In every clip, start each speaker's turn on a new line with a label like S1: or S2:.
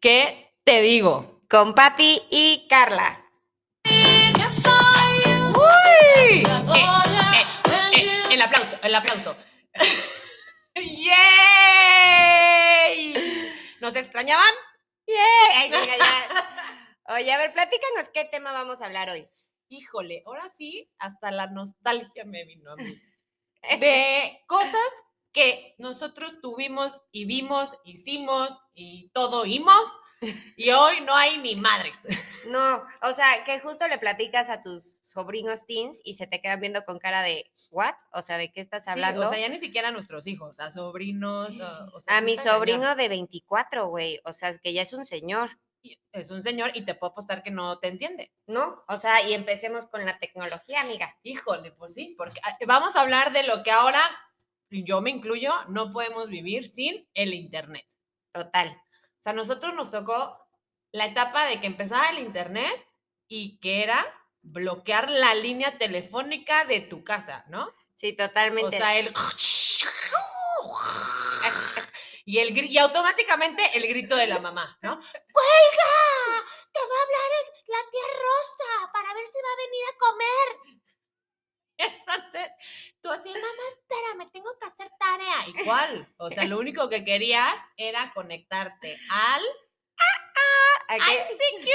S1: ¿Qué te digo?
S2: Con Patti y Carla.
S1: ¡Uy! Eh, eh, eh, el aplauso, el aplauso. Eh, ¡Yay! ¿Nos extrañaban?
S2: Yeah. Ay, sí, ya, ya. Oye, a ver, platícanos qué tema vamos a hablar hoy.
S1: Híjole, ahora sí, hasta la nostalgia me vino a mí. De cosas que nosotros tuvimos y vimos, hicimos y todo oímos, y hoy no hay ni madres.
S2: No, o sea, que justo le platicas a tus sobrinos teens y se te quedan viendo con cara de, ¿what? O sea, ¿de qué estás
S1: Sí,
S2: hablando?
S1: o sea, ya ni siquiera a nuestros hijos, a sobrinos. A, o sea,
S2: a
S1: sí
S2: mi
S1: está cañón.
S2: sobrino de 24, güey. O sea, que ya es un señor,
S1: Y Es un señor y te puedo apostar que no te entiende.
S2: ¿no? O sea, y empecemos con la tecnología, amiga.
S1: Híjole, pues sí, porque ah, vamos a hablar de lo que ahora, y yo me incluyo, no podemos vivir sin el Internet.
S2: Total.
S1: O sea, a nosotros nos tocó la etapa de que empezaba el Internet y que era bloquear la línea telefónica de tu casa, ¿no?
S2: Sí, totalmente.
S1: O sea, el... Y, el, gri- y automáticamente el grito de la mamá, ¿no? ¡Cuelga! Te va a hablar el- la tía Rosa para ver si va a venir a comer. Entonces, tú así, mamá, espérame, tengo que hacer tarea. ¿Y cuál? O sea, lo único que querías era conectarte al
S2: Hay que-
S1: ICQ.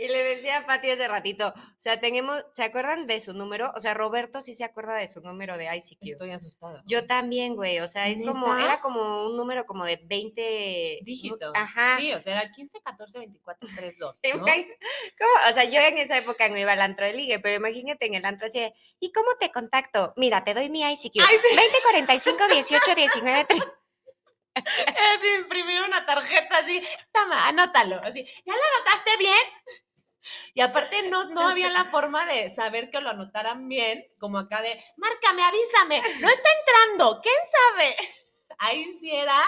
S2: Y le decía a Pati hace ratito, o sea, tenemos, ¿se acuerdan de su número? O sea, Roberto sí se acuerda de su número de ICQ.
S1: Estoy asustada.
S2: Yo también, güey, o sea, es como,
S1: ¿Neta?
S2: era como un número como de 20 nu-
S1: dígitos.
S2: Ajá.
S1: Sí, o sea, era 15, 14, 24, 3, 2.
S2: ¿Te
S1: ¿no?
S2: imaginas? ¿Cómo? O sea, yo en esa época no iba al antro de ligue, pero imagínate en el antro así de, ¿y cómo te contacto? Mira, te doy mi ICQ.
S1: Ay, sí.
S2: 20 45 18 19 30.
S1: Es imprimir una tarjeta así, toma, anótalo. Así, ¿ya lo anotaste bien? Y aparte no, no había la forma de saber que lo anotaran bien, como acá de, márcame, avísame, no está entrando, ¿quién sabe? Ahí sí era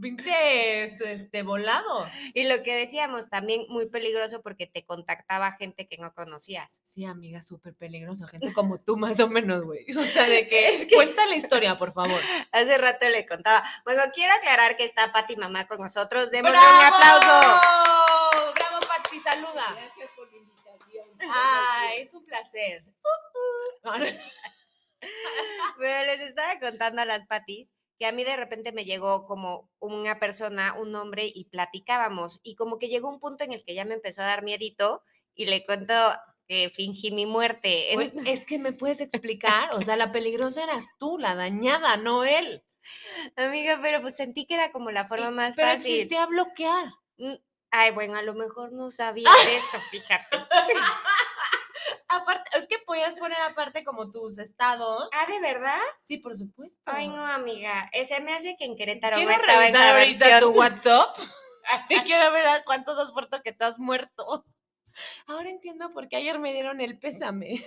S1: pinche este, este, volado.
S2: Y lo que decíamos, también muy peligroso porque te contactaba gente que no conocías.
S1: Sí, amiga, súper peligroso, gente como tú más o menos, güey. O sea, de que,
S2: Es que-
S1: cuenta la historia, por favor.
S2: Hace rato le contaba. Bueno, quiero aclarar que está Pati mamá con nosotros. Démosle un aplauso.
S1: ¡Bravo, Patsy! ¡Saluda!
S3: Gracias por la invitación.
S1: ¡Ay, es un placer! Uh, uh. No, no.
S2: Bueno, les estaba contando a las Patis que a mí de repente me llegó como una persona, un hombre, y platicábamos. Y como que llegó un punto en el que ya me empezó a dar miedito y le cuento que fingí mi muerte. En-
S1: Güey, es que me puedes explicar, o sea, la peligrosa eras tú, la dañada, no él.
S2: Amiga, pero pues sentí que era como la forma
S1: Y-
S2: más
S1: pero
S2: fácil.
S1: existía bloquear.
S2: Ay, bueno, a lo mejor no sabía de eso, fíjate.
S1: Aparte, es que podías poner aparte como tus estados.
S2: Ah, ¿de verdad?
S1: Sí, por supuesto.
S2: Ay, no, amiga. Eh, Se me hace que en Querétaro no
S1: Ah. Quiero
S2: estaba esa
S1: revisar ahorita
S2: versión.
S1: tu WhatsApp. Y quiero ver a cuántos has puesto que estás muerto. Ahora entiendo por qué ayer me dieron el pésame.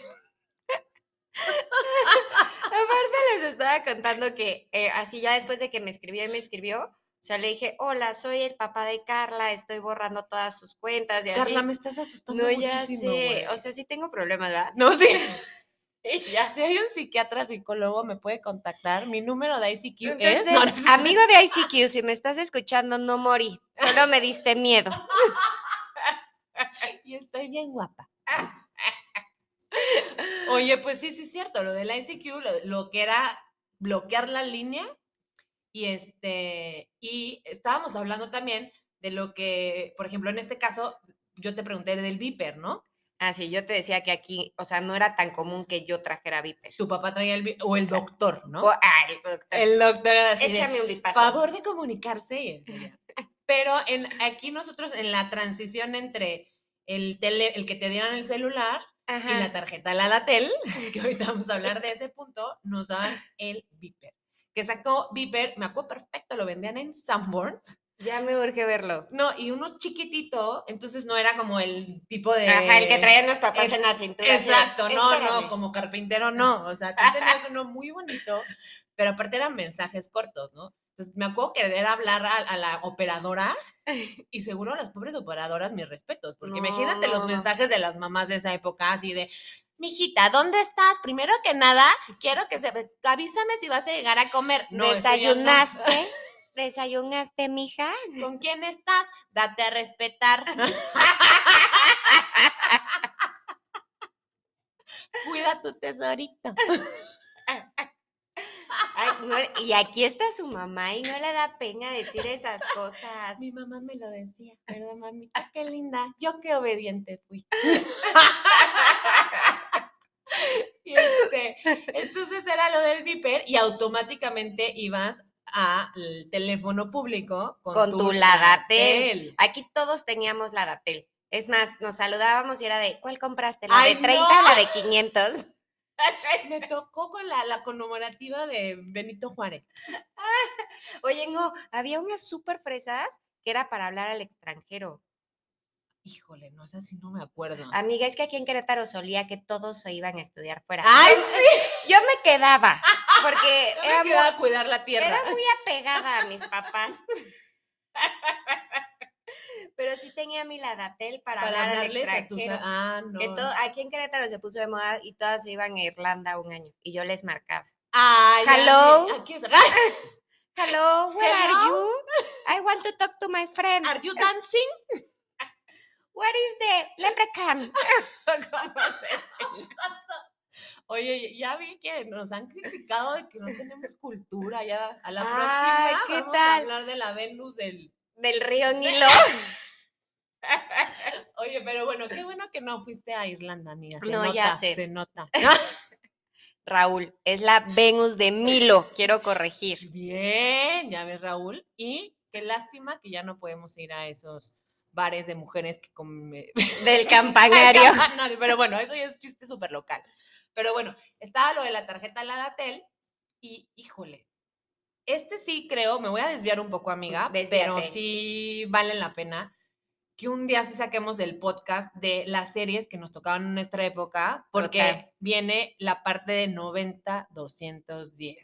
S2: Aparte les estaba contando que eh, así ya después de que me escribió y me escribió, o sea, le dije, hola, soy el papá de Carla, estoy borrando todas sus cuentas y así.
S1: Carla, me estás asustando
S2: no, ya sé,
S1: muchísimo, güey.
S2: o sea, sí tengo problemas, ¿verdad?
S1: No, sí. Ya, si hay un psiquiatra, psicólogo, me puede contactar. Mi número de ICQ es.
S2: Entonces,
S1: No, no sé.
S2: amigo de ICQ, si me estás escuchando, no morí, solo me diste miedo.
S1: Y estoy bien guapa. Oye, pues sí, sí es cierto, lo del ICQ, lo, lo que era bloquear la línea y este, y estábamos hablando también de lo que, por ejemplo, en este caso, yo te pregunté del Viper, ¿no?
S2: Así, Ah, yo te decía que aquí, o sea, no era tan común que yo trajera viper.
S1: Tu papá traía el Viper, o el doctor, ¿no?
S2: O- ay, doctor,
S1: El doctor era así de,
S2: échame un vipazo.
S1: favor de comunicarse. y este, ya. Pero en, aquí nosotros en la transición entre el, tele, el que te dieran el celular y
S2: Ajá.
S1: la tarjeta la Latel, que ahorita vamos a hablar de ese punto, nos daban el Viper. Que sacó Viper, me acuerdo perfecto, lo vendían en Sanborns.
S2: Ya me urge verlo.
S1: No, y uno chiquitito, entonces no era como el tipo de...
S2: Ajá, el que traían los papás en la cintura. así de,
S1: Exacto, no,
S2: "Espérame".
S1: no, como carpintero no. O sea, tú tenías uno muy bonito, pero aparte eran mensajes cortos, ¿no? Entonces me acuerdo que era hablar a, a la operadora y seguro las pobres operadoras, mis respetos, porque
S2: No,
S1: imagínate
S2: no, no.
S1: los mensajes de las mamás de esa época así de, mijita, ¿dónde estás? Primero que nada, quiero que se... Avísame si vas a llegar a comer. No, eso ya no.
S2: desayunaste, ¿Desayunaste, mija?
S1: ¿Con quién estás? Date a respetar. Cuida tu tesorito.
S2: Ay, no- y aquí está su mamá y no le da pena decir esas cosas.
S1: Mi mamá me lo decía, ¿verdad, mamita? Qué linda. Yo qué obediente fui. Y este, entonces era lo del viper y automáticamente ibas al teléfono público con,
S2: Con tu Ladatel.
S1: Ladatel.
S2: Aquí todos teníamos la Datel. Es más, nos saludábamos y era de, ¿cuál compraste? ¿La
S1: ¡Ay,
S2: de
S1: no!
S2: 30 o la de 500?
S1: Me tocó con la, la conmemorativa de Benito Juárez.
S2: Oye, no, había unas súper fresas que era para hablar al extranjero.
S1: Híjole, no es así, no me acuerdo.
S2: Amiga, es que aquí en Querétaro solía que todos se iban a estudiar fuera.
S1: ¡Ay, sí!
S2: Yo me quedaba, porque
S1: Yo
S2: era, mu-
S1: me quedaba a cuidar la tierra.
S2: era muy apegada a mis papás. Pero sí tenía mi ladatel para,
S1: para
S2: hablar al
S1: hablarles a tus...
S2: extranjero.
S1: Ah, no.
S2: Que to- aquí en Querétaro se puso de moda y todas se iban a Irlanda un año y yo les marcaba.
S1: Ay, ya sé,
S2: Hello.
S1: Aquí es...
S2: Hello, where are
S1: Hello?
S2: you? I want to talk to my friend.
S1: Are you dancing?
S2: What is the leprechaun?
S1: ¿Cómo se- Oye, ya vi que nos han criticado de que no tenemos cultura. Ya a la
S2: Ay,
S1: próxima
S2: ¿qué
S1: vamos a
S2: tal?
S1: hablar de la Venus del.
S2: Del río Nilo.
S1: Oye, pero bueno, qué bueno que no fuiste a Irlanda, amiga. Se
S2: No,
S1: nota,
S2: ya sé.
S1: Se nota.
S2: Raúl, es la Venus de Milo, quiero corregir.
S1: Bien, ya ves, Raúl. Y qué lástima que ya no podemos ir a esos bares de mujeres que comen.
S2: Del campanario.
S1: Ay, campanario, Pero bueno, eso ya es chiste súper local. Pero bueno, estaba lo de la tarjeta Ladatel y, híjole, este sí creo, me voy a desviar un poco, amiga, pero
S2: Desvíate.
S1: sí vale la pena que un día sí saquemos el podcast de las series que nos tocaban en nuestra época, porque
S2: Total.
S1: viene la parte de 90-210.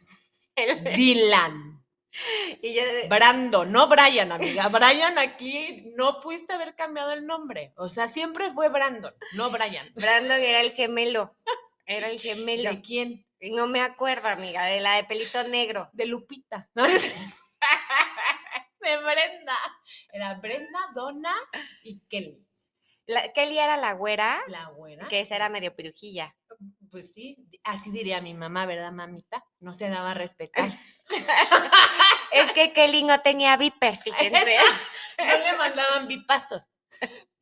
S2: El-
S1: Dylan.
S2: y yo de-
S1: Brando, no Brian, amiga. Brian aquí no pudiste haber cambiado el nombre. O sea, siempre fue Brandon, no Brian.
S2: Brandon era el gemelo. Era el gemelo.
S1: ¿De quién?
S2: Y Eh, No me acuerdo, amiga, de la de pelito negro.
S1: De Lupita. de Brenda. Era Brenda, Donna y Kelly.
S2: La, Kelly era la güera,
S1: La buena.
S2: que esa era medio pirujilla.
S1: Pues sí, así diría mi mamá, ¿verdad, mamita? No se daba a respetar.
S2: Es que Kelly no tenía viper, fíjense.
S1: No le mandaban bipasos.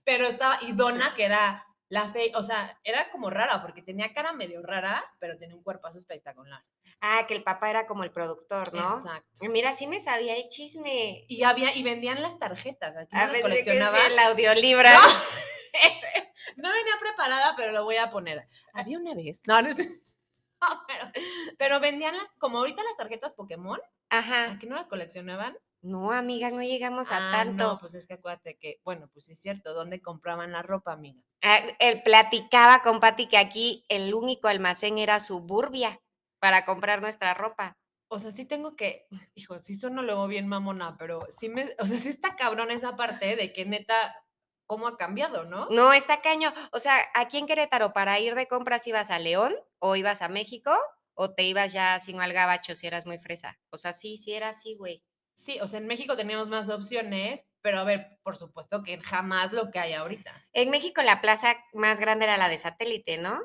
S1: Pero estaba, y Donna, que era la fe, o sea, era como rara, porque tenía cara medio rara, pero tenía un cuerpazo espectacular.
S2: Ah, que el papá era como el productor, ¿no?
S1: Exacto.
S2: Mira, sí me sabía el chisme.
S1: Y había, y vendían las tarjetas. Aquí
S2: A veces
S1: no las
S2: Ah, que
S1: coleccionaba.
S2: sí, el audiolibra.
S1: No venía preparada, pero lo voy a poner. Había una vez. No, no sé. No,
S2: Ah,
S1: pero, pero vendían las, como ahorita las tarjetas Pokémon,
S2: Ajá.
S1: aquí no las coleccionaban.
S2: No, amiga, no llegamos a
S1: Ah,
S2: tanto.
S1: No, pues es que acuérdate que, bueno, pues sí es cierto, ¿dónde compraban la ropa, amiga?
S2: Ah, Él platicaba con Pati que aquí el único almacén era Suburbia para comprar nuestra ropa.
S1: O sea, sí tengo que, hijo, sí sueno luego bien mamona, pero sí me, o sea, sí está cabrón esa parte de que neta, cómo ha cambiado, ¿no?
S2: No, está caño. O sea, aquí en Querétaro, para ir de compras ibas a León o ibas a México o te ibas ya sino al gabacho si eras muy fresa. O sea, sí, sí era así, güey.
S1: Sí, o sea, en México teníamos más opciones, pero a ver, por supuesto que jamás lo que hay ahorita.
S2: En México la plaza más grande era la de satélite, ¿no?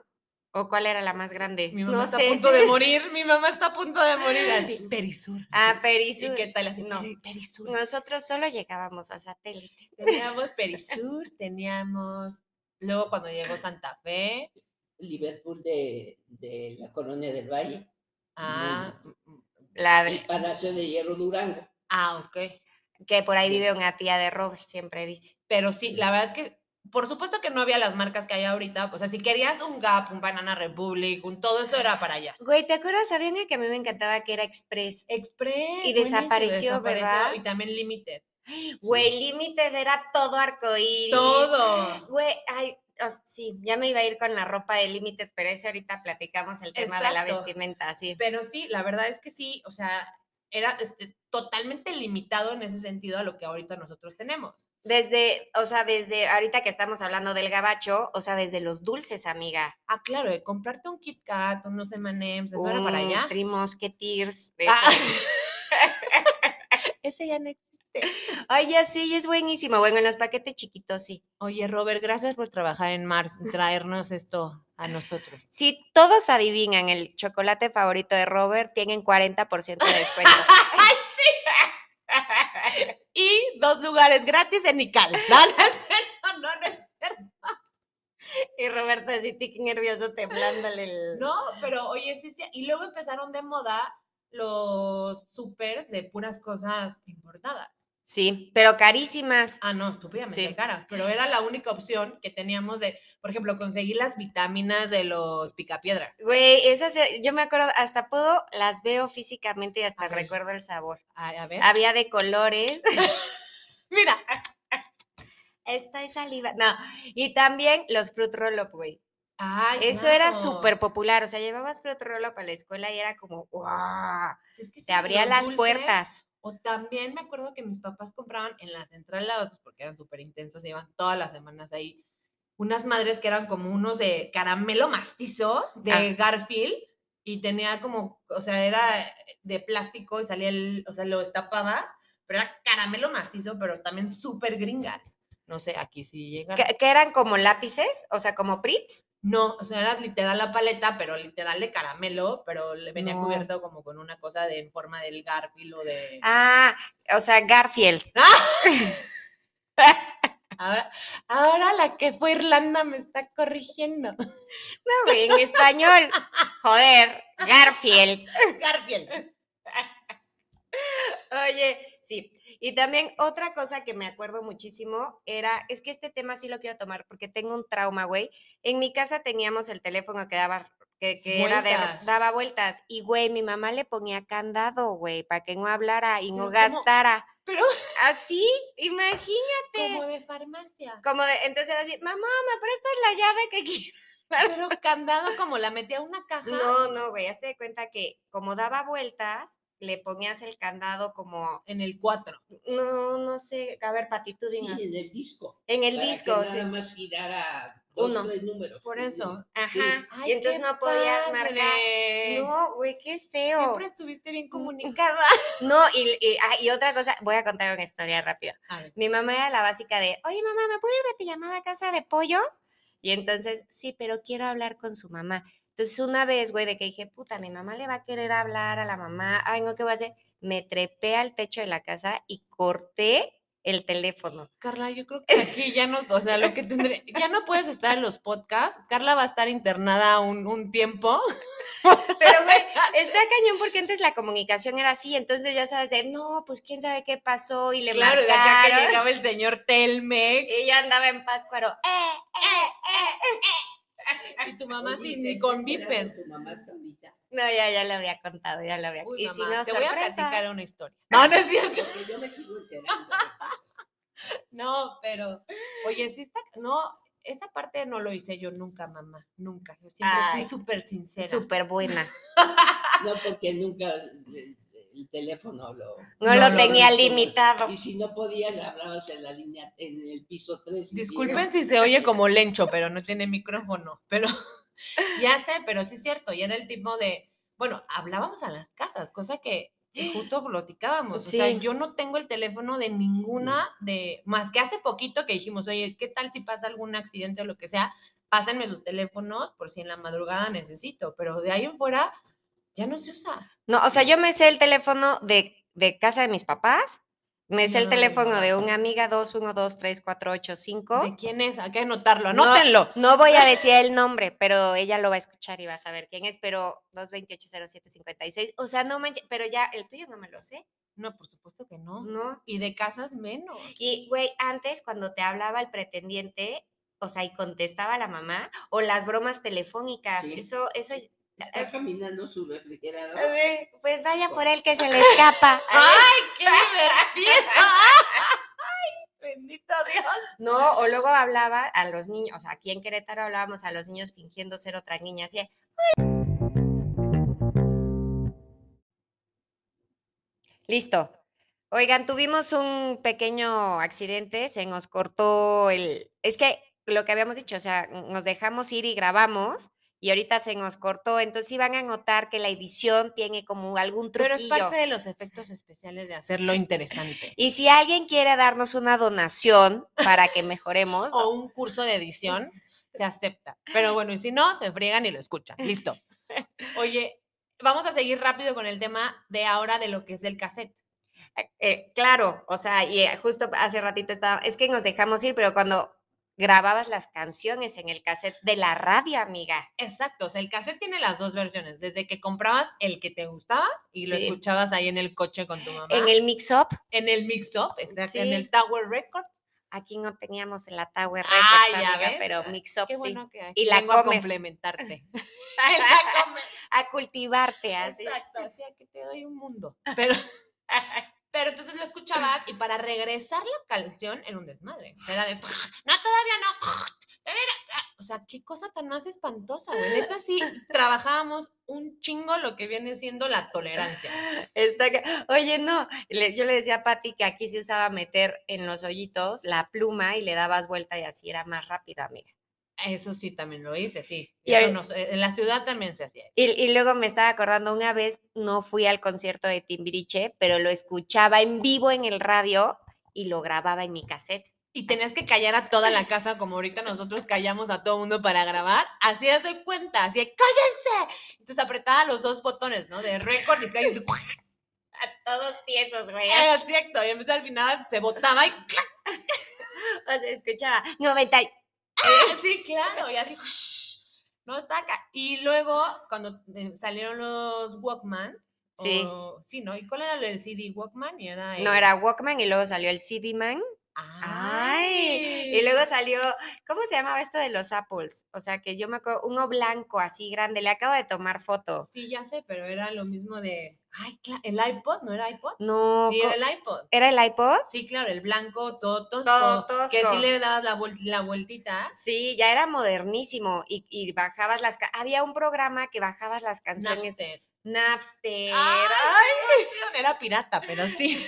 S2: ¿O cuál era la más grande?
S1: Mi mamá
S2: no
S1: está
S2: sé,
S1: a punto
S2: sí
S1: de
S2: me-
S1: morir, mi mamá está a punto de morir así. Perisur.
S2: Ah,
S1: ¿Y
S2: Perisur.
S1: qué tal así?
S2: no.
S1: "Peri- Perisur.
S2: Nosotros solo llegábamos a satélite.
S1: Teníamos Perisur, teníamos. Luego cuando llegó Santa Fe.
S3: Liverpool de, de la Colonia del Valle,
S1: Ah, mm, mm,
S2: La
S3: el
S2: de-
S3: Palacio de Hierro Durango.
S1: ah, ok.
S2: que por ahí
S3: Sí.
S2: vive una tía de Robert, siempre dice.
S1: Pero sí, la verdad es que. Por supuesto que no había las marcas que hay ahorita. O sea, si querías un Gap, un Banana Republic, un todo eso era para allá.
S2: Güey, ¿te acuerdas? Había una que a mí me encantaba que era Express.
S1: Express.
S2: buenísimo,
S1: desapareció,
S2: desapareció, ¿verdad?
S1: Y también Limited.
S2: Güey, límites era todo arcoíris.
S1: Todo.
S2: Güey, ay, os- sí, ya me iba a ir con la ropa de límites, pero eso ahorita platicamos el tema de la
S1: Exacto.
S2: vestimenta, sí.
S1: Pero sí, la verdad es que sí, o sea, era este, totalmente limitado en ese sentido a lo que ahorita nosotros tenemos.
S2: Desde, o sea, desde ahorita que estamos hablando del gabacho, o sea, desde los dulces, amiga.
S1: Ah, claro, de comprarte un Kit Kat,
S2: Mm,
S1: Uh, unos M&M's, eso era para
S2: Un
S1: allá.
S2: Three Musketeers, de
S1: Ah,
S2: esos.
S1: Ese ya no existe.
S2: Ay, ya sí, es buenísimo. Bueno, en los paquetes chiquitos, sí.
S1: Oye, Robert, gracias por trabajar en Mars, y traernos esto a nosotros.
S2: Si todos adivinan el chocolate favorito de Robert, tienen 40% de descuento.
S1: Y dos lugares gratis en Ical. No, no es cierto, no, no es-
S2: y Roberto así, tic nervioso, temblándole el...
S1: No, pero oye, sí, sí. Y luego empezaron de moda los supers de puras cosas importadas.
S2: Sí, pero carísimas.
S1: Ah, no, estúpidamente
S2: Sí.
S1: caras, pero era la única opción que teníamos de, por ejemplo, conseguir las vitaminas de los picapiedra.
S2: Güey, esas, er- yo me acuerdo, hasta puedo, las veo físicamente y hasta
S1: A ver.
S2: recuerdo el sabor.
S1: Ay, a ver.
S2: Había de colores,
S1: Mira,
S2: esta es saliva, no, y también los fruit roll up, güey.
S1: Ay,
S2: Eso era
S1: claro.
S2: súper popular, o sea, llevabas fruit roll up a la escuela y era como, ¡guau!
S1: Sí, es que sí,
S2: Te abría
S1: los
S2: las
S1: dulces,
S2: puertas.
S1: O también me acuerdo que mis papás compraban en las centrales, porque eran súper intensos, iban todas las semanas ahí, unas madres que eran como unos de caramelo mastizo de
S2: Ah.
S1: Garfield y tenía como, o sea, era de plástico y salía el, o sea, lo destapabas, pero era caramelo macizo, pero también súper gringas. No sé, aquí sí llegan.
S2: Que, que eran como lápices, o sea, como prints.
S1: No, o sea, era literal la paleta, pero literal de caramelo, pero le venía
S2: No.
S1: cubierto como con una cosa de, en forma del Garfield o de...
S2: Ah, o sea, Garfield.
S1: Ahora, ahora la que fue a Irlanda me está corrigiendo.
S2: No, güey, en español. Joder, Garfield.
S1: Garfield.
S2: Oye, sí. Y también otra cosa que me acuerdo muchísimo era, es que este tema sí lo quiero tomar porque tengo un trauma, güey. En mi casa teníamos el teléfono que daba que, que era de-
S1: Vueltas.
S2: daba vueltas y güey, mi mamá le ponía candado, güey, para que no hablara y no
S1: Pero ¿cómo?
S2: gastara.
S1: Pero-
S2: así, imagínate.
S1: Como de farmacia.
S2: Como de, entonces era así, mamá, me prestas la llave que quiero.
S1: Pero candado como la metía a una caja.
S2: No, no, güey, hazte de cuenta que como daba vueltas, le ponías el candado como,
S1: En el 4.
S2: no, no sé, a ver, Pati, tú
S3: Sí,
S2: dinos.
S3: en el disco.
S2: En el
S3: para que
S2: disco, sí.
S3: Nada más girara dos,
S2: Uno.
S3: tres números.
S1: Por
S3: y
S1: eso.
S2: Ajá.
S1: Ay,
S2: y entonces
S1: qué
S2: no podías marcar.
S1: padre.
S2: No, güey, qué feo. Mm.
S1: Siempre estuviste bien comunicada.
S2: No, y, y- ah, y otra cosa, voy a contar una historia rápida.
S1: A ver.
S2: Mi mamá era la básica de, oye mamá, ¿me puedo ir de pijamada a casa de pollo? Y entonces, sí, pero quiero hablar con su mamá. Entonces una vez, güey, de que dije, puta, mi mamá le va a querer hablar a la mamá, ay, no, ¿qué voy a hacer? Me trepé al techo de la casa y corté el teléfono.
S1: Carla, yo creo que aquí ya no, o sea, lo que tendré, ya no puedes estar en los podcasts. Carla va a estar internada un, un tiempo.
S2: Pero, güey, está cañón porque antes la comunicación era así, entonces ya sabes de, no, pues quién sabe qué pasó y le
S1: Claro, de acá que
S2: marcaron.
S1: llegaba el señor Telmex.
S2: Y yo andaba en Páscuaro. ¡Eh, eh, eh, eh!
S1: Y tu mamá
S3: Oye,
S1: sí,
S3: ¿se
S1: ni
S3: está
S1: con
S3: enterando
S1: Viper.
S3: tu mamá hasta ahorita?
S2: No, ya, ya lo había contado, ya lo había
S1: Uy,
S2: Y
S1: mamá,
S2: si no,
S1: te voy a
S2: sorpresa. Ah,
S1: platicar una historia. No, no es cierto.
S3: Porque yo me sigo enterando. de cosas.
S1: No, pero, oye, sí está, no, esa parte no lo hice yo nunca, mamá, nunca. Yo siempre
S2: Ay,
S1: fui súper sincera.
S2: Súper buena.
S3: No, porque nunca eh, el teléfono lo...
S2: No,
S1: No
S2: lo
S1: lo
S2: tenía
S3: viste.
S2: limitado.
S3: Y si no podías, hablabas en la línea, en el piso 3.
S1: Disculpen si se oye como lencho, pero no tiene micrófono, pero ya sé, pero sí es cierto, y era el tipo de, bueno, hablábamos a las casas, cosa que que justo platicábamos, o sea,
S2: Sí.
S1: yo no tengo el teléfono de ninguna de, más que hace poquito que dijimos, oye, ¿qué tal si pasa algún accidente o lo que sea? Pásenme sus teléfonos por si en la madrugada necesito, pero de ahí en fuera ya no se usa.
S2: No, o sea, yo me sé el teléfono de, de casa de mis papás. Me
S1: Sí,
S2: sé
S1: yo
S2: el
S1: no lo
S2: teléfono de
S1: tengo.
S2: una amiga
S1: ¿De
S2: 2123485.
S1: quién es? Hay que anotarlo,
S2: No.
S1: anótenlo.
S2: No voy a decir el nombre, pero ella lo va a escuchar y va a saber quién es, pero 2280756. O sea, no manches, pero ya el tuyo no me lo sé.
S1: No, por supuesto que no.
S2: No.
S1: Y de casas menos.
S2: Y, güey, antes cuando te hablaba el pretendiente, o sea, y contestaba la mamá, o las bromas telefónicas,
S3: Sí.
S2: eso, eso,
S3: Está caminando su refrigerador.
S2: eh, pues vaya por él que se le escapa. Ay,
S1: ¡Qué divertido! ¡Ay, bendito Dios!
S2: No, o luego hablaba a los niños, o sea, aquí en Querétaro hablábamos a los niños fingiendo ser otra niña, así, de, "Hola". Listo. Oigan, tuvimos un pequeño accidente, se nos cortó el... Es que lo que habíamos dicho, o sea, nos dejamos ir y grabamos y ahorita se nos cortó. Entonces sí van a notar que la edición tiene como algún truquillo.
S1: Pero es parte de los efectos especiales de hacerlo interesante.
S2: Y si alguien quiere darnos una donación para que mejoremos,
S1: O un curso de edición, se acepta. Pero bueno, y si no, se friegan y lo escuchan. Listo. Oye, vamos a seguir rápido con el tema de ahora de lo que es el cassette.
S2: eh, claro, o sea, y eh, justo hace ratito estaba, es que nos dejamos ir, pero cuando grababas las canciones en el cassette de la radio, amiga.
S1: Exacto, o sea, el cassette tiene las dos versiones, desde que comprabas el que te gustaba y lo
S2: Sí.
S1: escuchabas ahí en el coche con tu mamá.
S2: En el mix-up,
S1: En el mix-up, exacto, en
S2: Sí.
S1: el Tower Records.
S2: aquí no teníamos el Tower Records,
S1: Ah, ya
S2: amiga,
S1: ves.
S2: pero mix-up
S1: Qué
S2: sí.
S1: bueno que
S2: Y
S1: y
S2: la
S1: la vengo a
S2: comes.
S1: complementarte. La comes.
S2: A cultivarte así.
S1: Exacto, así que te doy un mundo. Pero, pero entonces lo escuchabas y para regresar la canción era un desmadre. O sea, era de, no, todavía no. de veras, ah". O sea, qué cosa tan más espantosa, güey. Neta, sí, trabajábamos un chingo lo que viene siendo la tolerancia.
S2: Está ca- Oye, no, le- yo le decía a Pati que aquí se usaba meter en los hoyitos la pluma y le dabas vuelta y así era más rápido, amiga.
S1: Eso sí, también lo hice, sí.
S2: Y
S1: Eso
S2: ahí-
S1: nos- en la ciudad también se hacía eso.
S2: Y, y luego me estaba acordando una vez, no fui al concierto de Timbiriche, pero lo escuchaba en vivo en el radio y lo grababa en mi cassette.
S1: y tenías que callar a toda la casa, como ahorita nosotros callamos a todo mundo para grabar, así hace cuenta, así de, cállense. Entonces apretaba los dos botones, ¿no? De record y play. y-
S2: A todos tiesos, güey. ¿eh?
S1: Era cierto, y entonces al final se botaba y ¡clac!
S2: O sea, escuchaba 90. y-
S1: sí, claro, y así, ¡shh! no está acá. Y luego, cuando eh, salieron los Walkmans,
S2: Sí.
S1: o- sí, ¿no? ¿Y cuál era el CD Walkman? Y era
S2: No,
S1: el-
S2: era Walkman y luego salió el CD Man. Ay, Y luego salió, ¿cómo se llamaba esto de los Apples? O sea, que yo me acuerdo, uno blanco así grande, le acabo de tomar foto.
S1: Sí, ya sé, pero era lo mismo de, ay, cla- el iPod, ¿no era iPod?
S2: No,
S1: Sí,
S2: co-
S1: era el iPod.
S2: ¿era el iPod?
S1: Sí, claro, el blanco todo tosco.
S2: Todo
S1: Que
S2: tosco.
S1: si le dabas la, vuel- la vueltita.
S2: Sí, ya era modernísimo y, y bajabas las... ca- Había un programa que bajabas las canciones.
S1: Napster.
S2: Napster.
S1: ¡Ay,
S2: ay,
S1: qué emoción! Era pirata, pero sí.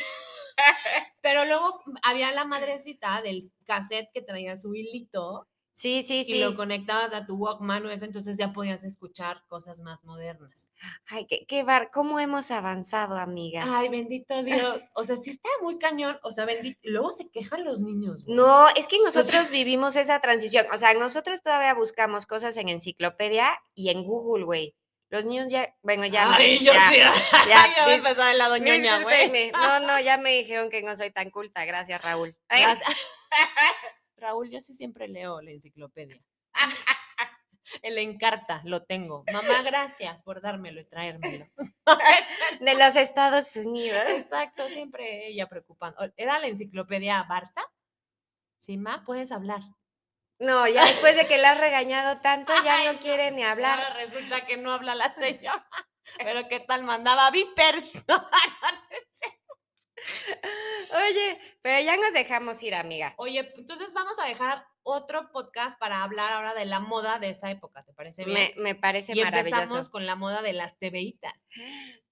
S1: pero luego había la madrecita del cassette que traía su hilito
S2: Sí, sí,
S1: y
S2: sí.
S1: lo conectabas a tu Walkman o eso, entonces ya podías escuchar cosas más modernas.
S2: Ay, qué, qué bar... ¿Cómo hemos avanzado, amiga?
S1: Ay, bendito Dios. O sea, sí está muy cañón. O sea, bendito. Luego se quejan los niños. güey.
S2: No, es que
S1: pues
S2: nosotros vivimos esa transición. O sea, nosotros todavía buscamos cosas en enciclopedia y en Google, güey. Los niños ya, bueno, ya no,
S1: Ay, yo
S2: ya,
S1: sí.
S2: ya,
S1: Ya va a
S2: dis-
S1: empezar el lado ñoña, güey.
S2: discúlpenme. No, no, ya me dijeron que no soy tan culta. Gracias, Raúl. Ay,
S1: Gracias. Raúl, yo sí siempre leo la enciclopedia. El encarta, lo tengo. Mamá, gracias por dármelo y traérmelo.
S2: de los Estados Unidos.
S1: Exacto, siempre ella preocupando. O- ¿Era la enciclopedia Barça? Sí, ma, puedes hablar.
S2: No, ya después de que la has regañado tanto,
S1: Ay,
S2: ya no
S1: no,
S2: quiere ni hablar.
S1: Ahora resulta que no habla la señora. Pero qué tal mandaba vipers. No, no sé.
S2: Oye, pero ya nos dejamos ir, amiga.
S1: Oye, entonces vamos a dejar otro podcast para hablar ahora de la moda de esa época, ¿te parece bien?
S2: Me, me parece
S1: y empezamos
S2: maravilloso.
S1: con la moda de las tebeitas.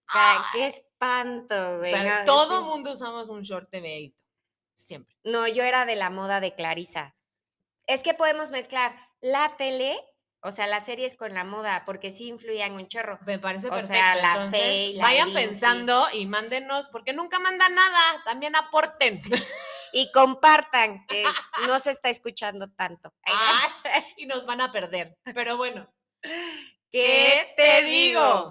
S2: Ca- Qué espanto, güey.
S1: Pero
S2: no,
S1: ¡Ah! todo
S2: sí.
S1: mundo usamos un short de veito. Siempre.
S2: No, yo era de la moda de Clarisa. Es que podemos mezclar la tele, o sea, las series con la moda, porque sí influían un chorro.
S1: Me parece
S2: O sea,
S1: perfecto.
S2: la
S1: Entonces,
S2: Fe y la
S1: vayan
S2: Lindsay.
S1: pensando y mándenos, porque nunca mandan nada. También aporten.
S2: Y compartan, que no se está escuchando tanto. Ay,
S1: Ay, y nos van a perder. Pero bueno,
S2: ¿Qué te digo?